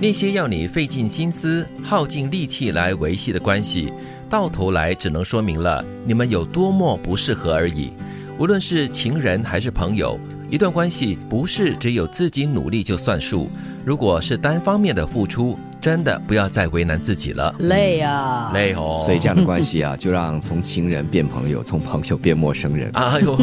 那些要你费尽心思、耗尽力气来维系的关系，到头来只能说明了你们有多么不适合而已。无论是情人还是朋友，一段关系不是只有自己努力就算数。如果是单方面的付出，真的不要再为难自己了，累啊，哎累哦。所以这样的关系啊， 就让从情人变朋友，从朋友变陌生人，哎呦，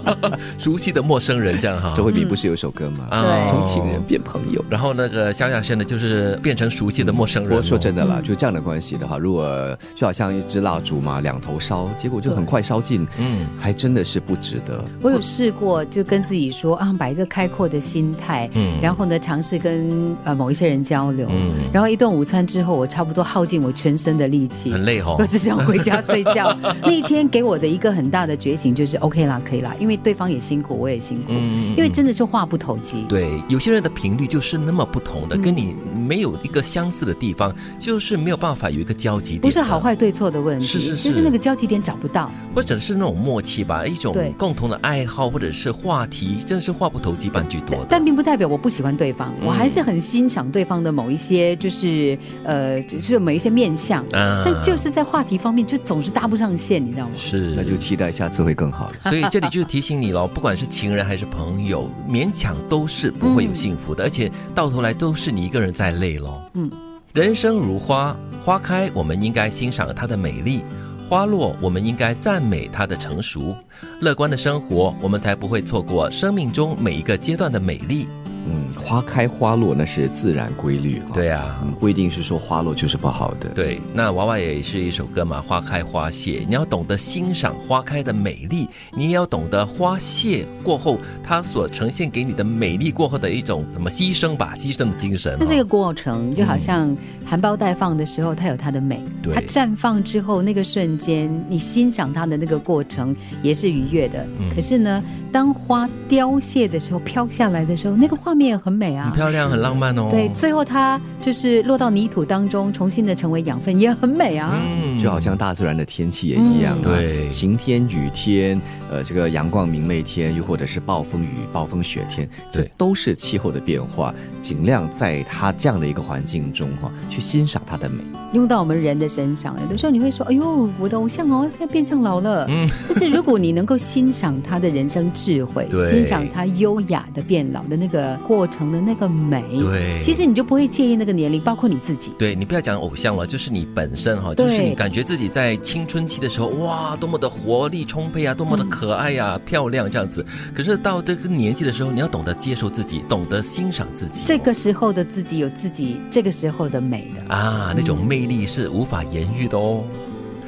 熟悉的陌生人这样哈。周慧敏不是有首歌吗？啊对从情人变朋友。然后那个萧亚轩呢，就是变成熟悉的陌生不人、过说真的，的啦，就这样的关系的话，如果就好像一支蜡烛嘛，两头烧，结果就很快烧尽，嗯，还真的是不值得。我有试过，就跟自己说啊，摆一个开阔的心态，嗯然后呢，尝试跟呃某一些人交流，嗯然后一顿午餐之后，我差不多耗尽我全身的力气， 很累哦我。只想回家睡 觉。那一天给我的一个很大的觉醒就是 OK 啦，可以啦，因为对方也辛苦，我也辛苦，嗯因为真的是话不投机。对，有些人的频率就是那么不同的，嗯跟你没有一个相似的地方，就是没有办法有一个交集点的，不是好坏对错的问题，是是是嗯就是那个交集点找不到。或者是那种默契吧，一种对共同的爱好或者是话题，真的是话不投机半句多的。但并不代表我不喜欢对方，我还嗯是很欣赏对方的某一些，就是呃，就是某一些面相。啊但就是在话题方面，就总是搭不上线，你知道吗？是，啊那就期待下次会更好。 所以这里就提醒你喽，不管是情人还是朋友，勉强都是不会有幸福的，而且到头来都是你一个人在累喽。嗯，人生如花，花开我们应该欣赏它的美丽，花落我们应该赞美它的成熟。乐观的生活，我们才不会错过生命中每一个阶段的美丽。嗯，花开花落那是自然规律。哈对啊。嗯，不一定是说花落就是不好的。，对，那娃娃也是一首歌嘛，《花开花谢》，你要懂得欣赏花开的美丽，你也要懂得花谢过后它所呈现给你的美丽过后的一种什么牺牲吧，牺牲的精神、哦它是一个过程，就好像含苞待放的时候，它有它的美；对它绽放之后那个瞬间，你欣赏它的那个过程也是愉悦的。嗯可是呢，当花凋谢的时候，飘下来的时候，那个画面也很美啊很。漂亮，很浪漫哦。对，最后它就是落到泥土当中，重新的成为养分，也很美啊。嗯就好像大自然的天气也一样、啊嗯对晴天、雨天，呃，这个阳光明媚天，又或者是暴风雨、暴风雪天，这对都是气候的变化。尽量在它这样的一个环境中哈、去欣赏它的美。用到我们人的身上，有的时候你会说：“哎呦，我的偶像哦，现在变成老了。”嗯，但是如果你能够欣赏他的人生智慧，对欣赏他优雅的变老的那个过程的那个美，对其实你就不会介意那个年龄，包括你自己。对你不要讲偶像了，就是你本身哈、对就是你感觉自己在青春期的时候，哇，多么的活力充沛啊，多么的可爱呀、嗯漂亮这样子。可是到这个年纪的时候，你要懂得接受自己，懂得欣赏自己哦、这个时候的自己有自己这个时候的美的。啊，那种魅力是无法言喻的哦。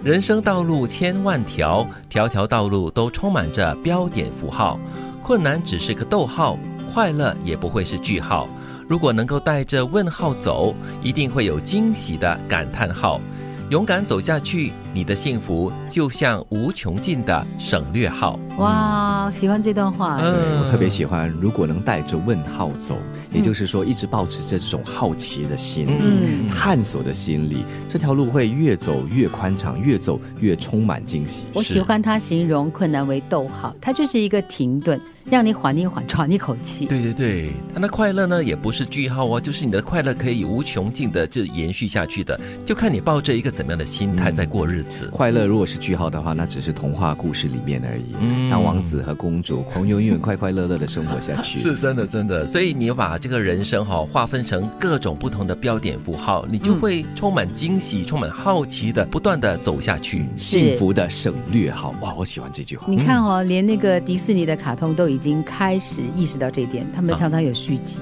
人生道路千万条，条条道路都充满着标点符号，困难只是个逗号，快乐也不会是句号。如果能够带着问号走，一定会有惊喜的感叹号。勇敢走下去，你的幸福就像无穷尽的省略号。哇，喜欢这段话。嗯对我特别喜欢，如果能带着问号走，也就是说一直保持着这种好奇的心。嗯探索的心理，这条路会越走越宽敞，越走越充满惊喜。我喜欢他形容困难为逗号，它就是一个停顿，让你缓一缓，喘一口气。对对对，他那快乐呢也不是句号哦，就是你的快乐可以无穷尽的就延续下去的，就看你抱着一个怎么样的心态在过日子。快乐如果是句号的话，那只是童话故事里面而已。当王子和公主狂永远快快乐乐的生活下去，是真的，真的。所以你把这个人生哈、划分成各种不同的标点符号，你就会充满惊喜、充满好奇的不断的走下去。幸福的省略号。哇，我喜欢这句话。你看哦，连那个迪士尼的卡通都已经开始意识到这一点，他们常常有续集，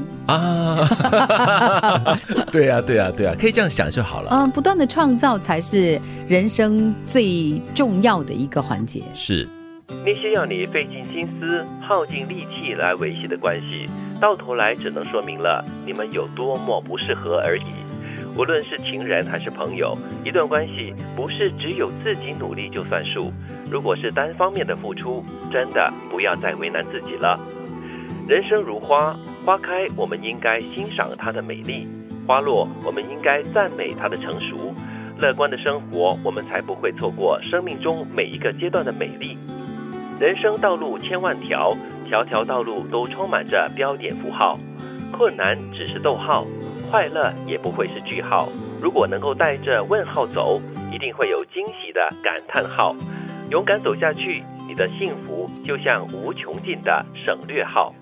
啊， 对呀、对呀、对呀、可以这样想就好了。嗯，不断的创造才是人生最重要的一个环节。是那些要你费尽心思、耗尽力气来维系的关系，到头来只能说明了你们有多么不适合而已。无论是情人还是朋友，一段关系不是只有自己努力就算数。如果是单方面的付出，真的不要再为难自己了。人生如花，花开我们应该欣赏它的美丽，花落我们应该赞美它的成熟。乐观的生活，我们才不会错过生命中每一个阶段的美丽。人生道路千万条，条条道路都充满着标点符号，困难只是逗号，快乐也不会是句号。如果能够带着问号走，一定会有惊喜的感叹号。勇敢走下去，你的幸福就像无穷尽的省略号。